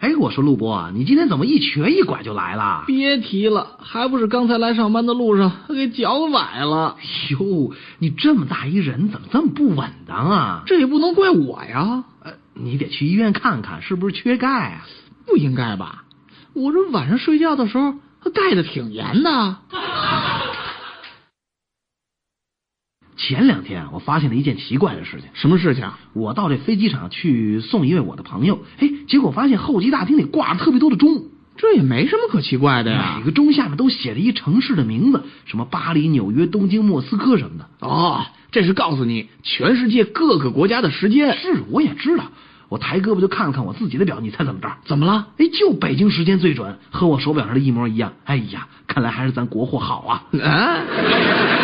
哎，我说陆波，你今天怎么一瘸一拐就来了？别提了，还不是刚才来上班的路上给脚崴了。哟，你这么大一人，怎么这么不稳当啊？这也不能怪我呀，呃，你得去医院看看是不是缺钙啊？不应该吧？我这晚上睡觉的时候盖的挺严的。前两天啊我发现了一件奇怪的事情，什么事情？啊我到这飞机场去送一位我的朋友，哎，结果发现候机大厅里挂着特别多的钟，这也没什么可奇怪的呀每。个钟下面都写着一城市的名字，什么巴黎、纽约、东京、莫斯科什么的。哦，这是告诉你全世界各个国家的时间。是，我也知道。我抬胳膊就看了看我自己的表，你猜怎么着？怎么了？哎，就北京时间最准，和我手表上的一模一样。哎呀，看来还是咱国货好啊！啊？